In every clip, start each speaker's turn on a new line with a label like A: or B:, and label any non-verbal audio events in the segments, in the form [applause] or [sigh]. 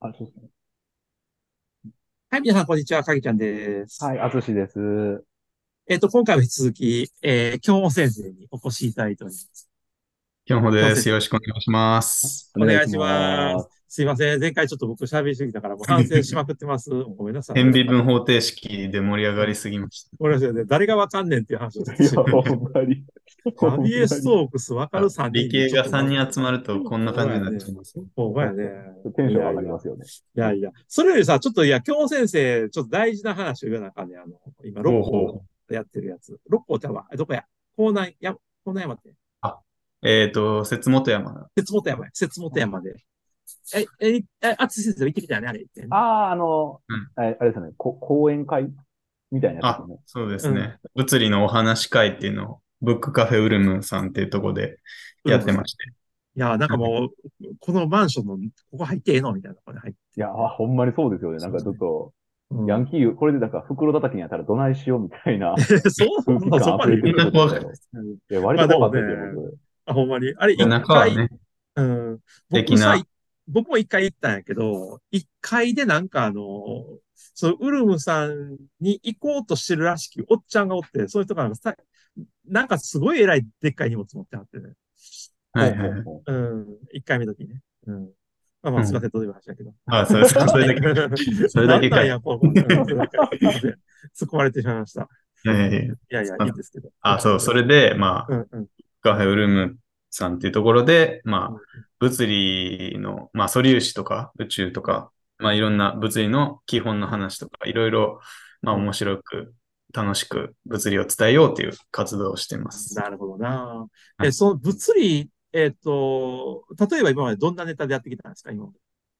A: あ、そうですね。
B: はい、皆さん、こんにちは。かぎちゃんです。
A: はい、あつしです。
B: えっと、今回は引き続き、えー、京本先生にお越しいただいております。
C: 京本
B: 京
C: で
B: 本
C: す。
B: 先
C: よろしくお願いします。
A: お
B: 生、お
A: 願い
B: 願い
A: し
B: しま。
A: ますす。
B: すいません。前回ちょっと僕喋りすぎたから、もう反省しまくってます。ごめんなさい。
C: 塩
B: やっ
C: ビ
B: ぱり。
C: 分方程式で盛り上
B: う
C: がり
B: ん。
C: すぎました。
B: ごめんなさいね。誰がわかんねんっていう話をずっと
A: い
B: し
A: や、
B: てて。
A: ほんまに、ほ
B: ラ
A: ん
B: ビエ
A: ま
B: ス
A: に。
B: トークスわか
C: あ
B: る3
C: 理
B: 人で
C: 系
B: ちょっ
C: が
B: とわ
C: 3
B: か
C: 人集まるとこんな
B: ほん
C: 感
B: ま
C: じ
B: や
C: になっ
B: ね。
C: ちゃいますね。
B: ほんま
A: そう
B: や
A: です
B: ね。
A: ね。テン
B: い
A: ションが上が
B: やい
A: り
B: や。
A: ますよね。
B: いやいや。それよりさ、ちょっといや、京本先生、ちょっと大事な話を言う中で、あの、今、六
C: ほうほう
B: 甲
C: ほう。
B: やってるやつ。六甲ちゃうわ。えどこや港南、や、港南山って。
C: あ、えっと、節元山。
B: 節元山や。節元山で。え、え、え、淳先生行ってきたよね、あれ行ってね。
A: ああ、あの、
C: うん。
A: あれ、あれですね、こ、講演会みたいなやつですよ
C: あ、
A: ね。
C: そうで
B: う
C: す
B: ん。
C: ね。物理のお話会っていうのを、ブックカフェウルムさんっていうとこで
B: ウ
C: や
B: ルム
C: って
B: さ
C: ま
B: ん。い
C: して。
B: や、なん
C: は
B: か
C: い
B: もう、このマンションの、ここ入ってええのみたいなところに入っ
A: い
B: て
A: や、
B: てね。
A: ほんまにそうですよね。なん
B: そう
A: かち
B: です
A: ょっ
B: ね。
A: と、
B: う
A: ヤ
B: ん。
A: ンキー、これでなんか袋叩きにやったらどないしようみたいな
B: [laughs] そう
A: 空
B: なん
A: 気
B: だ、
A: 感
B: そこま
A: 溢
B: で
A: れて
B: 行
C: みん
A: ると
C: な
A: こ
C: 怖
A: です
C: かった
A: よ。
C: ですね。
B: うん
A: いや、割
B: ま
A: と
B: あで
A: 怖か
B: も
A: ったで
B: ね、
A: すよ、僕。
B: あ、ほんまに。あれ、
C: いや
B: 一
C: 中は
B: 回、
C: ね、
B: うん、
C: 的
B: 僕さ、
C: な、
B: い僕も一回行ったんやけど、一回でなんかあの、そのウルムさんに行こうとしてるらしきおっちゃんがおって、そういう人がなんかさ、なんかすごい偉いでっかい荷物持ってはってね。
C: は
A: ほう
C: い
A: ほ
C: はいうはい。
A: ほう。
B: うん、一回目の時ね。うん。まあま
C: う
B: あ、すいま
C: ん。
B: せん、どうでもいい話だけど。
C: あ、
B: [laughs]
C: そうですか。それだけ、それだ
B: なん
C: け
B: な
C: か
B: ん
C: い。
B: や、この、うん、それだけ、すいません。突っ込まれてしまいました。
C: いやいやいや
B: いやいや、い
C: ま
B: いん
C: あ
B: ですけど。う
C: あ、
B: ん、
C: そう、それで、まあ、
B: うん、うん、
C: カフェウルムさんっていうところで、
B: う
C: まあ、
B: ん、
C: 物理の、まあ、素粒子とか宇宙と
B: うん、
C: か、まあ、いろんな物理の基本の
B: うん、
C: 話とか、いろいろ、まあ、
B: うん。
C: 面白く、楽しく物理を伝えようという活動をしてます。
B: なるほどな。
C: は
B: え、
C: い。
B: その物理、えっと、例えば今までどんなネタでやってきたんですか、今ま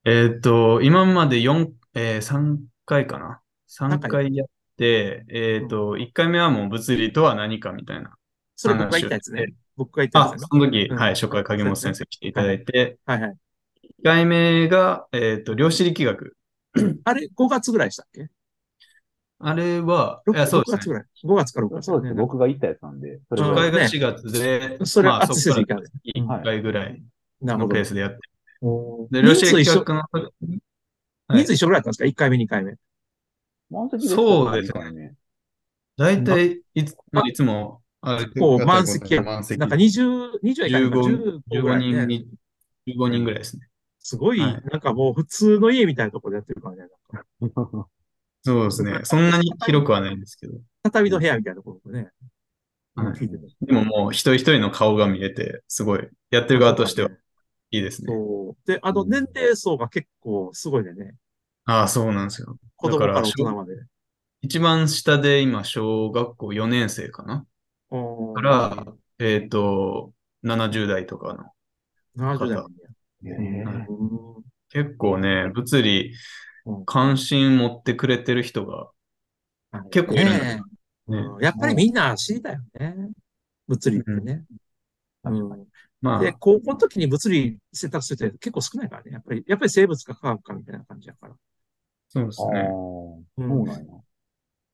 B: で。
C: えっと、今まで4、えー、3回かな。
B: 何回
C: 3
B: か。
C: 回やって、え
B: う
C: っ
B: ん。
C: と、1回目はもう物理とは何かみたいな
B: それ僕が言っ
C: 話を
B: たや
C: し
B: つね。
C: て、
B: 僕が言ったやつ
C: あ、
B: やな。
C: その時、
B: う
C: はい、
B: ん。
C: 初回影
B: そう
C: 本
B: ですね。
C: 先生来てい
B: はい
C: ただ
B: はい。
C: いて、
B: はいはい。
C: 1回目が、えっと、量子力学。
B: あれ、5月ぐらいでしたっけ
C: あれは、いや、
B: 6、
C: そう
B: 六
C: で
B: 月
C: す
B: ぐ
C: ね。
B: らい。5月か6
A: そ
B: 月
A: そ
B: よ
A: うですね、
B: ね。なんか。
A: 僕が行ったやつなんで、それ
C: 初
A: ぐらい
C: 回
A: です
C: が
B: ね。
C: 4月で、
B: それ、
C: まあ
B: あ
C: そ
B: つ
C: こ
B: 先
C: か
B: 生いかない。
C: ら月
B: う
C: 1
B: ん。
A: はい。
C: 回ぐらい
B: なる
C: の
B: ほ
C: ペー
B: ど。
C: スでやって。
B: おー
C: で、量
B: 人
C: 子
B: 数一
C: 力
B: 緒、
C: 学の時に、は
B: 人数
C: い。
B: 一緒ぐらいだったんですか ?1 回目、2回目。
A: 満席でしたよね、
C: そうで
A: 2
C: すね。
A: 回目。
C: 大
B: ま、
C: 体いつ、まあ、
B: あ、
C: いつも、あれ、
B: こう、
C: あた
B: 満
C: りこ
B: 席
C: の
B: や。
C: 満
B: なんか
C: 席、
B: 20、20いかへんから
C: 15、
B: 15ぐ
C: 15
B: らいやね。
C: 人に、15
B: う
C: 人
B: ん。
C: ぐらいですね。
B: すご、
C: はいい。
B: なんかもう普通の家みたいなところでやってるからね。なんか
C: そうです
B: そう
C: ね。
B: 畳、
C: そんなに
B: 畳、
C: 広くはないんですけど。
B: 畳
A: う
B: の部
A: ん
B: 屋みたいなところでね、今
C: はい。
B: 聞いてて。
C: でももう、一人一人の顔が見れて、すごい、やってる
B: あ、
C: 側
B: そう
C: と
B: だ
C: しては
B: ね。
C: いいですね。
B: そう。で、あ
A: う
B: の、年
A: ん
B: 齢層が結構すごいんでね。
C: ああ、そうなんですよ。
B: 子供
C: だか、
B: からら大
C: 小
B: 人まで。
C: 一番下で今、小学校4年生かな。か
B: おー、
C: ら、えっと、70代とかの
B: 70代
C: 方。
B: もいるや
A: ね [laughs]
C: は
A: え
C: い。
B: ん。う
C: 結構ね、物理、
B: ーん。うん。
C: 関心持ってくれてる人が
B: あの
C: 結構いるんです
B: ね、
C: よね。
B: うん。やっぱりみ
A: も
B: んな知りたいよね。物理っ
C: う
B: て
C: ん。
B: ね。う
A: 確か
B: ん。で、
C: まあ、
B: 高校の時に物理選択する人結構少ないからね。やっぱり、やっぱり生物か科学かみたいな感じやから。
C: そうで
A: に。ああ、
C: すね。
B: う。
A: そうんなんや。
C: ちょっ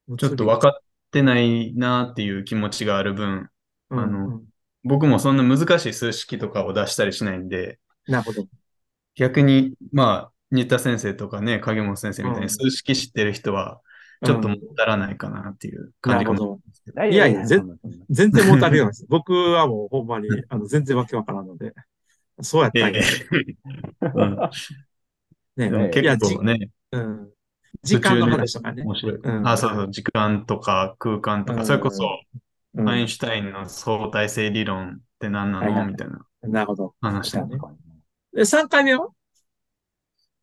B: 物
C: と
B: 理。
C: 分かってないなっていう気持ちがある分、
B: う
C: あ
B: ん、う
C: の、
B: ん。
C: 僕もそんな難しい数式とかを出したりしないんで、
B: なるほど。
C: 逆に、まあ、新田先生とかね、影本先生
B: う
C: みたいに
B: ん。
C: 数式知ってる人は、
B: う
C: ちょっと物
B: ん。
C: 足らないかなっていう
B: なる
C: 感じか
B: ほ
C: もしれ
B: ど。
C: ない
A: いや
B: い
C: ですけど。
A: いや
B: やい
A: い
B: や、
A: や、そ
B: ぜ、
A: んな、そんな。
B: 全然物足りないです。僕はもうほんまに、あの、全然わけわからんので、そうやっ
C: え
B: た
C: [laughs]
B: ん
C: え
B: やって。
C: うん。
B: ね。
C: でも
A: ね
B: い
C: 結
B: や、じ、
C: 構ね、
B: うん。時
C: 宇
B: 間
C: 宙
B: の
C: ネタ
B: 話とかね。
C: 面白いか
B: う
C: ら。
B: ん。
C: あ、そうそう、時間とか空間
B: う
C: とか、それこそ
B: ん。う
C: アイン
B: ん。
C: シュタインの相対性理論って何な
B: はいは
C: の
B: い
C: みたいな
B: なるほど。
C: 話と
B: だ
A: 確
C: か。
A: か
B: ね。
A: にね。
B: で、3回目は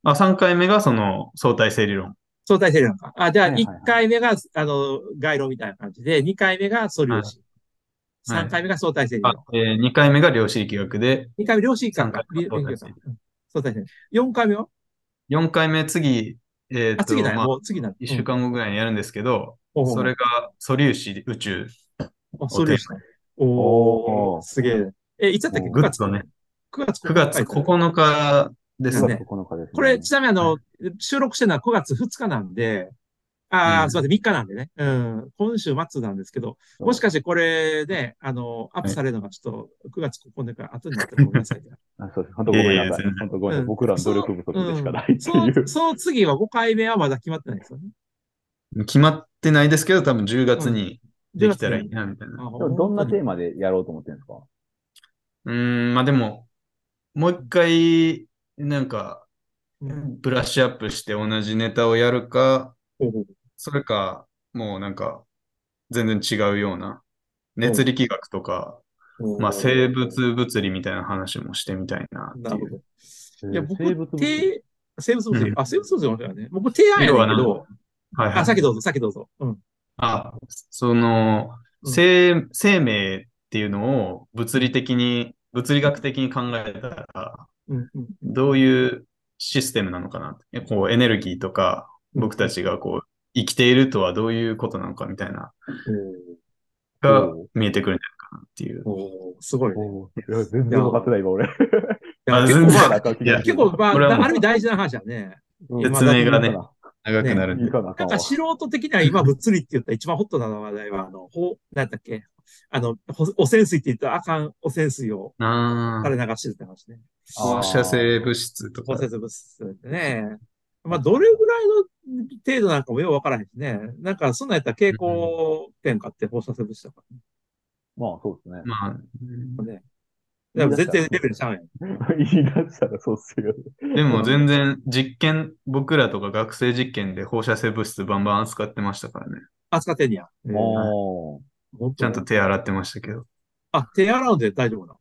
C: あ、3回目がその相対性理論。
B: 相対性理論か。あ、じゃあ
A: はいはい
B: 1
A: はい。
B: 回目が、あの、概論みたいな感じで、2回目が素粒
C: はい。
B: 子。
C: は
B: 3
C: い。
B: 回目が相対性理
C: あ、
B: 論。
C: えー、2回目が量子力学で、
B: 2回目量子力学
C: 3
B: か。
C: 回
B: り
C: 目が
B: り
C: 相対
B: 力学か。
C: 性理論。
B: うん相対性理論。4回目は
C: 4回目、次、え
B: あ、
C: っ
B: 次
C: と、
B: だよ。
C: まあ、
B: もう次だ。う
C: 1週
B: ん。
C: 間後ぐらいにやるんですけど、
B: お
C: そ
B: お。
C: れが素粒子宇宙
B: あ、
C: を
B: 素粒
C: テー
B: 子か。
C: マに。
B: おー、
A: おー、
B: すげえ。え、いつだったっけ
C: ぐ
B: ?9
C: っ
B: 月
C: と
B: か [laughs]
C: ね、
B: な ?9 月9
C: 9
B: 日やった
C: 月
B: よね。
C: 9日で
B: ですす
A: 9月
C: ね。
B: ね。
A: 9日です
B: これ、
A: ね。
B: ちなみにあ
C: はい
B: の、収録してるのは9月2日なんで、あ
C: う
B: あ、
C: ん
B: すみません、3日なんでね。うん。今週末なんですけど、
A: そう
B: もしかしてこれね、あの、アップされるのがちょっと9月9日後になってごめんなさ
C: [laughs]
B: いね。
A: あそうです。本当ごめん
C: いやい
A: な
C: や
A: さい
C: 全然。
A: 本当ごめんなさ
B: う
A: い。
B: ん
A: 僕らの努力不足でしかないって
B: そ
A: いう
B: う、。その次は5回目はまだ決まってないですよね。
C: 決まってないですけど、多分10月にできたらいい
B: ね。
C: な、みたいな。
B: あ
A: でもどんな
B: 本当
A: テ
B: に
A: ーマでやろうと思ってるんですか
C: うーん、まあでも、もう一回、なんか、
B: うん
C: ブラッシュアップして同じネタをやるか、
B: ほうほう
C: それか、もうなんか、全然違うような、熱力学とか、
B: ほう
C: まあ生物物理みたいな話もしてみたいなって
B: なる
C: い
B: ほ
C: う。
B: ど。いや、僕、
A: 生物物理
B: て生物物理
C: う。ん
B: あ、生物物理だよね。僕、提案やねんけ
C: 要
B: ど、
C: はいはい
B: あ、先どうぞ、先どうぞ。うん。
C: あ、その、
B: うん
C: 生、生命っていうのを物理的に、物理学的に考えたら、
B: うん。うん
C: どういうシステムなのかなって。こう、エネルギーとか、僕たちがこう、生きているとはどういうことなのかみたいな、が
A: おー
C: 見えてくるんじゃないかなっていう。
B: おおーすごいね。
A: おーいや全然分かってない、今
C: [laughs]
A: 俺。
C: あ
B: 結構
C: 全然
B: まあ
A: 結
C: いや
B: 結構、まあ、
C: これはもう
B: ある意味大事な話だね。
C: 説明がね長くなるん
A: いい
C: で。
A: かな、
B: な
A: か
B: んか素人的には今物理って言った一番ホットな話題は、あの、ほ、なんだっけ、あの、ほ汚染水って言ったらあかん汚染水を
C: あ
B: 垂れ流してるって話ね。
C: あ、放射性物質と
B: 放
C: か。
B: 射性物質ってね。まあ、どれぐらいの程度なんかもようわからへんしね。なんか、そんなんやったら蛍光点かって放射性物質とか
A: まあ、そうですね。
C: まあ、
B: ね。でも絶対レベルちゃうやん。
A: 言い出したらそうっすよ。
C: でも全然実験、僕らとか学生実験で放射性物質バンバン扱ってましたからね。
B: 扱ってんねや。えー
A: も
B: 本
C: ち
B: 当
C: ゃんと手洗ってましたけど。
B: あ、手洗うんで大丈夫なの。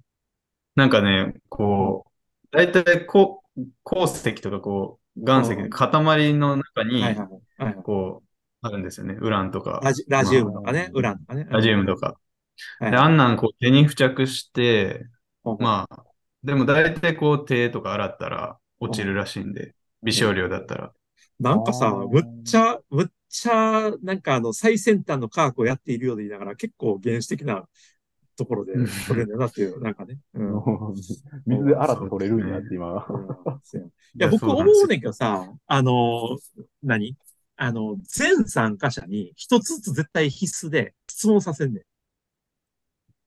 C: なんかね、こう、大体こう、鉱石とかこう、岩石
B: うん
C: で塊の中に、
B: はいはいはいはいはい。
C: こう、あるんですよね。ウランとか、
B: ラジラジウムとかね、
A: まあ
B: ウランとかね。
C: ラジウムとか。
B: はい
C: で、あんなんこう手に付着して、
B: うん
C: まあ、でも大体こう手とか洗ったら落ちるらしいんで、微少量だったら。
B: なんかさ
A: あ、ー
B: むっちゃ、むっちゃ、なんかあの、最先端の科学をやっているようで言いながら、結構原始的なところで
C: うん
B: 取れるんだなって
C: [laughs]
B: いう、なんかね。うん。うん
A: う、水で洗って取れるんやって、今。
B: そうやいや、僕
C: そう
B: 思
C: なんですよ
B: うねんけどさ、あの、何あの、全参加者に一つずつ絶対必須で質問させんねん。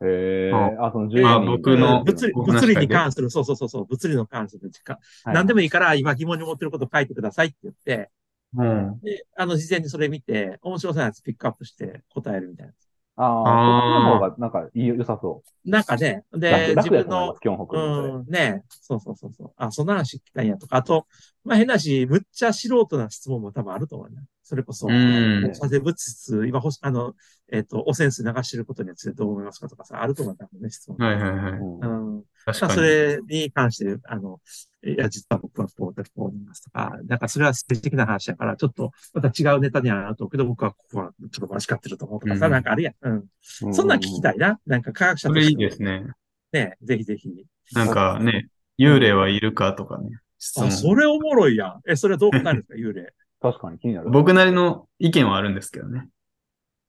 A: えー、あ、その10
C: まあ
A: 人
C: 僕の
B: 物理、
C: 僕の話
B: 物理に
C: だけ
B: 関する、そうそうそうそう、物理の関する時間。
A: はい
B: 何でもいいから、今疑問に思ってること書いてくださいって言って、
C: うん。
B: で、あの、事前にそれ見て、面白そうなやつピックアップして答えるみたいな。
A: ああ、
C: あー
A: そっちの方がなんかいい良さそ
B: なんかね、
A: う。
B: で、自
A: 楽楽や
B: 分
A: と思いま
B: の
A: す、、基本北の
B: うん、ね、そうそうそうそう。あ、そんな話聞きたいんやとか、あと、まあ、変なし、むっちゃ素人な質問も多分あると思うね。それこそ、
C: うん
B: 放射性物質、今、ほしあの、えっ、と、汚染水流してることについてどう思いますかとかさ、あると思うんだもんね、質問。
C: はいはいはい。
B: う
A: で。
B: ん。
C: 確
B: まあ、
C: か
B: そ
C: に。
B: れに関して、あの、いや、実は僕はこう、こう思いますとか、なんかそれは政治的な話だから、ちょっと、また違うネタにはなると思うけど、僕はここはちょっと間違ってると思うとかさ、
C: うん
B: なんかあるやん。うん。そんなん聞きた
A: い。
B: いな。なんか科学者
C: そ
B: と
C: れ
B: し
C: い
B: て
C: いですね。
B: ね、ぜひぜひ。
C: なんかね、幽霊はいるかとかね、質
B: あ、そ
C: 問。
B: れおもろいやん。え、それはどう答えるんです
C: [laughs]
B: か、幽霊。
A: 確かに気になる。
C: 僕なりの意見はあるんですけどね。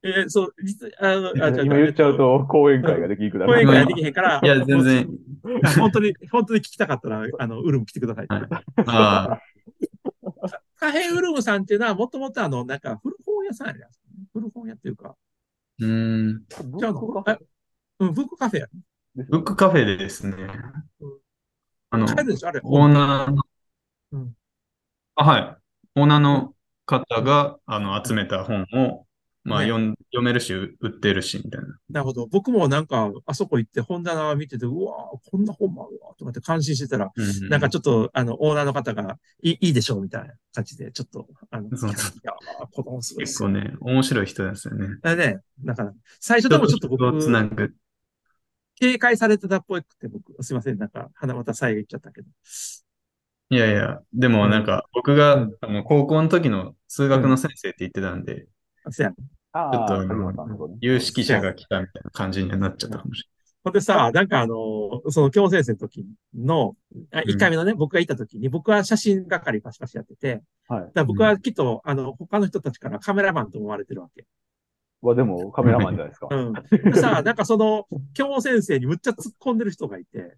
B: え、そう、実、あの、あ
A: 今言っちゃう。と講演会ができにくな
B: 声
A: る。
B: ができへんから、
C: いや、全然。
B: あ。本当に、 [laughs] 本当に聞きたかったら、あの、ウルム来てください。
C: はいあ
B: カヘンウルムさんっていうのは、もともとあの、なんか、古本屋さんやね古本屋っていうか、
C: ーうーん。
A: ブ
B: じゃあ
A: ックカフェ
B: あうん、ブックカフェや。
A: です
C: ブ
A: よ
C: ッ
A: ね
C: クカフェでですね、あの
B: 買、えるでしょあれ。
C: オーナーの
B: うん、
C: あ、はい。オーナーの方が、あの、集めた本を、まあ、
B: ね
C: 読ん読めるし、売ってるし、みたいな。
B: なるほど。僕もなんか、あそこ行って本棚見てて、うわーこんな本もあるわ、とかって感心してたら、
C: うん
B: なんかちょっと、あの、オーナーの方が、いいいいでしょう、みたいな感じで、ちょっと、あの、い
C: そう
B: やー子供すごいっ
C: 結
B: すよ
C: 構ね、面白い人なんですよね。
B: だね、だから、最初でもちょっと
C: 人つな
B: 僕、
C: ぐ。
B: 警戒されてたっぽくて、僕、すいません、なんか、花また遮っちゃったけど。
C: いやいや、でもなんか、僕
B: う
C: が
B: ん、
C: あの、高校の時の数学の先生って言ってたんで、
B: あそうやん
A: あ
C: ちょっと
A: あ、
C: あの
A: 萩野さんのとこね
C: 有識者が来たみたいな感じにはなっちゃったかもし
B: ほんでさ、なんかあの、その京先生の時の、あ
C: ん
B: 1回目のね、僕が行った時に、僕は写真係パシパシやってて、
A: はい
B: だから僕はきっと、あの、他の人たちからカメラマンと思われてるわけ。
A: はでもカメラマンじゃないですか。
C: [laughs]
B: うん。でさ、なんかその、京先生にむっちゃ突っ込んでる人がいて、
C: れない。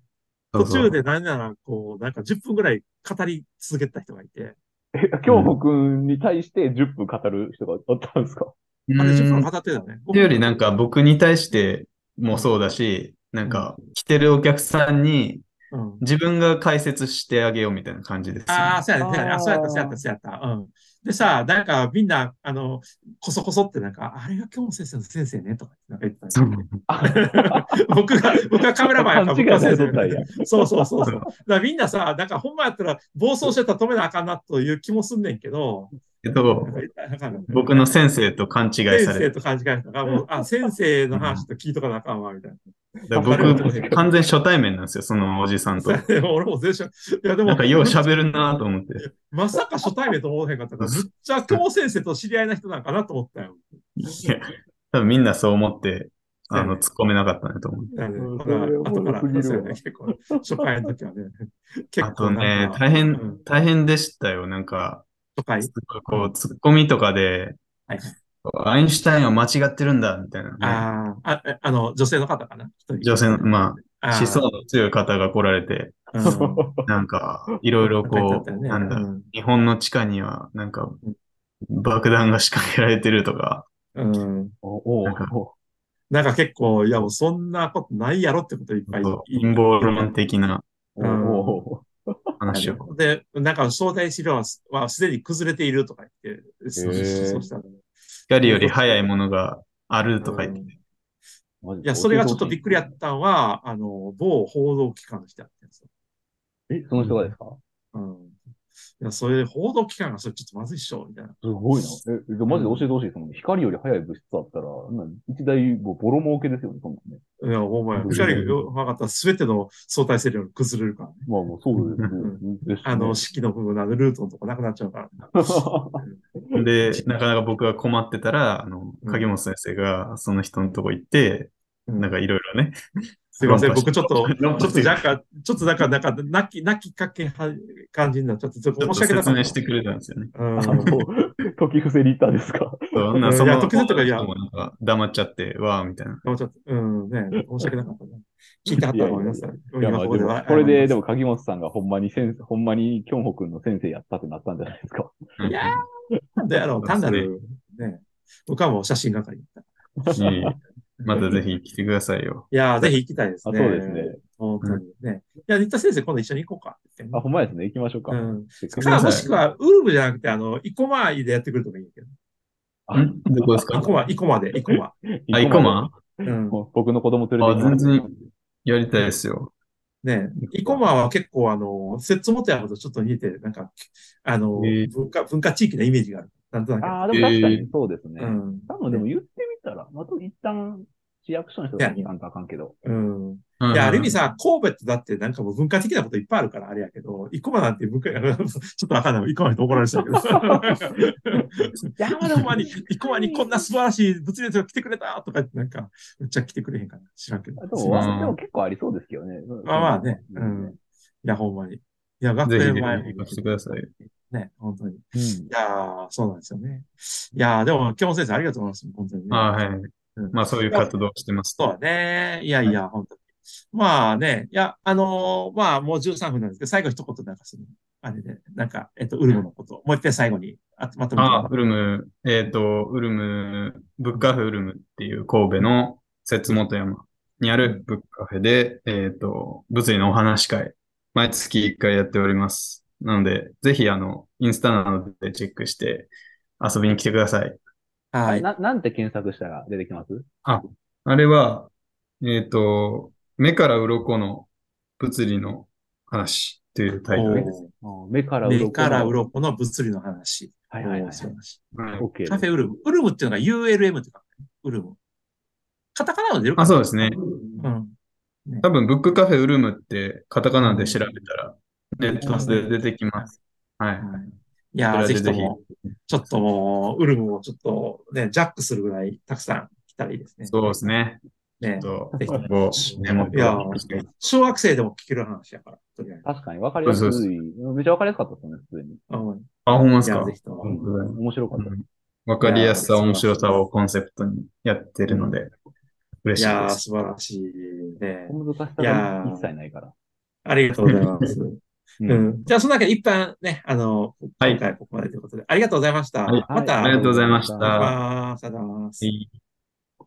B: 途中で何なら、こう、なんか10分ぐらい語り続けてた人がいて、
A: え、 [laughs] 京子くんに対して10分語る人がおったんです
B: [laughs]
A: か
C: うん
B: あれ10分語ってたね。
C: それよりなんか僕に対してもそうだし、なんか来てるお客さんに
B: うん、
C: 自分が解説してあげようみたいな感じですよね、
B: ああ、そうやね、そうやね。
A: あー
B: あ、そうやった、そうやった、そうやった。うん。でさ、なんかみんな、あの、こそこそってなんか、あれが今日の先生の先生ね、とかなんか言ってたんです
C: そう
B: よ。 [laughs] 僕が、僕がカメラマンやか
A: 勘
B: ら、
A: 違
B: 僕
A: い
B: が
A: されと
B: 先生
A: ったんや。
B: そうそうそうそう。だからみんなさ、なんかほんまやったら暴走してたら止めなあかんなという気もすんねんけど、
C: けど
B: なん、か言ったらあかんの
C: 僕の先生と勘違い
B: 先
C: さ
B: 生
C: れて、
B: と勘違いしたから、もう、あ、先生の話と聞いとかなあかんわ、みたいな。
C: だか
B: わ
C: ら
B: かる
C: 僕完全初対面なんですよ、そのおじさ
B: [laughs]
C: んと。
B: でも俺も全然、いやで
C: な
B: も
C: んか、よう喋るなと思って。
B: まさか初対面と思わへんかったから、むっちゃ久保先生と知り合いな人なんかなと思ったよ。
C: いや多分みんなそう思って、あの、突っ込めなかったねと思う。
B: だから
A: うん
B: だから
A: それは
B: 後から、
A: おもろすぎ
B: そう
A: る
B: よ
A: わ
B: ね、結構、初回の
C: [laughs]
B: 時はね、
C: あ
B: 結
C: と
B: 構な
C: ね
B: ん、か、
C: 大
B: うん
C: 変、大変でしたよ。なんか、
B: 初回
C: す。ごいこう、突っ込みとかで
B: はい、
C: アインシュタインは間違ってるんだ、みたいなね。
B: あーあ、えあの、女性の方かな一人
C: 女性の、ま
B: あ
C: あ、
B: ー
C: 思想の強い方が来ら
B: [laughs]
C: れて、
B: うん
C: なんか、いろいろ
B: 書いてあ
C: こ
B: ったよ
C: う、
B: ね
C: なんだ
B: う、ん
C: 日本の地下には、なんか
B: う、
C: 爆弾が仕掛けられてるとか、
B: うん。
A: おお
C: なんか
A: お
B: なんか結構、いやもうそんなことないやろってこといっぱい
C: そう
B: い
C: 陰謀論的な
A: おお
C: 話を。
B: で、なんか相対資料はすはすでに崩れているとか言って、そう
A: へー
B: そうしたら
C: 光より早いものがあるとか言って
B: うん
C: て。
A: マジ
B: いや、それがちょっとびっくりやったんは、あの、某報道機関の人やったんですよ。
A: え、その人がですか
B: うん。いや、それで報道機関がそれちょっとまずいっしょ、みたいな。
A: すごいな。え、えマジで教えてほしいですもんね。光より早い物質あったら、そんなん一大もうボロ儲けですよね、そんなんね。
B: いや、お前、
A: うん
B: 光がよ分かったら全ての相対性量が崩れるからね。
A: まあもうそうです
B: う
A: ね。ですね [laughs]
B: あの、式の部分などルートのとこなくなっちゃうから。
C: で、なかなか僕が困ってたら、あの、影本先生がその人のとこ行って、
B: うん
C: なんかいろいろね。
B: すいません、
C: 論破
B: 僕
C: し
B: ちょっと、ちょ
C: 論破
B: っ
C: して
B: となんか、ちょっとなんか、なんか、泣き、泣きかけは感じになっちゃって、ちょっ
C: ち
B: と
C: ょっと
B: 申し訳なか
C: 説
B: った。
C: 明してくれたんですよね。
B: うん。
A: あの、時伏せリッターですか。
C: そう
B: うん
C: なそ
B: いや
C: の
B: 時々とかいや
C: 人もなんか黙っちゃって、わーみたいな。
B: もうちょっと、うん、ね、申し訳なかったね。聞いたかったらごめんなさい。
A: いやまあで
B: 今ここで
A: も
B: は
A: これで、でも、鍵本さんがほんまに先生、ほんまにキョンホ君の先生やったってなったんじゃないですか。
C: うん
B: いやなんだやろう、単なる、ね、僕はもう写真係だっ
C: いい
B: た。
C: またぜ
B: ひ。
C: ひ来てくださ
B: [laughs]
C: いよ。
B: いやー、ぜひ行きたいです
A: あ、そう
B: ね。
A: ですね。。
B: 本当にね。いや、新田先生、今度一緒に行こうかって言ってね。
A: あ、ほんまですね。行きましょうか。
B: うん。
A: せっかく
B: か、
C: さ
B: もしくは、ウルムじゃなくて、あの、生駒でやってくるとかいいけど。
A: あ
C: んどこです
B: 生
C: か
B: 駒、
A: [laughs]
B: 生駒で、生駒。
C: あ、イコマ
B: うん。
A: 僕の子供連れて
C: あ、
A: 行きま
C: 全
A: す
C: 然やりたいですよ。
B: ねえ、生駒は結構あの、節もてあるとちょっと似て、なんか、あの、
C: へえ
B: 文化、文化地域なイメージがある。なんとなく。
A: ああ、でも確か
C: え
A: にそうですね。
B: うん。
A: 多分でも言ってみたら、また一旦市役所の人が行かんとあかんけど。
B: うん。
C: うん
B: いや、ある意味さ、神戸ってだってなんかもう文化的なこといっぱいあるからあれやけど、生駒なんて文化、 [laughs] ちょっとあかんない。生駒に怒られちゃうけど。
A: [laughs]
B: いや、ほんま
C: [laughs]
B: に、生駒にこんな素晴らしい物理の人が来てくれたとか、なんか、めっちゃ来てくれへんかな。知らんけど。
A: あ
B: い
A: と、
C: そう
A: ワンでも結構ありそうですけどね。
B: まあまあねうんや、ほんまに。いや、学
C: ぜひぜ
B: 園
C: ひ
B: 前
C: 来てくださいよ。
B: ね、本当に。
A: うん
B: いやー、そうなんですよね。いやー、でも、京本先生、ありがとうございます。本当にね。
C: あはい
B: うん。
C: まあそういう活動をしてます
B: そう
C: と。
B: だね。いやいや、本当に。まあね、いや、あのーまあ、もう13分なんですけど、最後一言なんかする。あれで、なんか、えっと、ウルムのこと、もう一回最後に、あまとめて
C: あ、ウルム、えっ、と、ウルム、ブックカフェウルムっていう神戸の摂元山にあるブックカフェで、えっ、と、物理のお話会、毎月1回やっております。なので、ぜひ、あの、インスタなどでチェックして遊びに来てください。
B: はい。
A: ななんて検索したら出てきます
C: あれは、えっ、と、目から鱗の物理の話というタイトルです。
B: お
A: あ目から
B: ー
A: 鱗の
B: 目から鱗の物理の話。
A: はいはい
B: お
A: は
B: ー
A: い。
B: 素晴らしい
C: はい
A: オッケー
B: カフェウルム。ウルムっていうのが ULM って書くね。ウルム。カタカナは出るか
C: あ、
B: な
C: そうですね。
B: うん。
C: 多分、ブックカフェウルムってカタカナで調べたら、ネットで出てきます。はい。
B: はいいやー、
C: そ
B: ぜ
C: れ
B: ひ
C: で
B: と
C: ぜひ
B: も、ちょっともう、ウルムをちょっとね、ジャックするぐらいたくさん来たらいいですね。
C: そうですね。
B: ね
C: ち。ょっ
B: ぜひ
C: と、こう、メモっておきたい
B: 小学生でも聞ける話やから、とりあえず。
A: 確かに分かりやすい
C: そうそ。
A: めっちゃ分かりやすかったですね、普通に。
B: うん。
C: あ、ほんまです
B: じゃあ
C: か
B: ぜ。ひとも。
C: うん
A: 面白かった。
C: わかりやすさ、面白さをコンセプトにやってるので、
B: い
C: 嬉しい
B: や
C: で
B: ー、
C: す。
B: 素晴らしいね。
A: 小難しさ
B: いや
A: が
B: ー
A: 一切ないから。
C: [laughs]
B: ありがとうございます。
A: う。
B: うんん。じゃあ、その中で一般ね、あの、
C: はい
B: 今回ここまでということで、ありがとうございました。
C: はい
B: また、
C: ありがとうございました
B: お願いしますありがとうございます。
C: い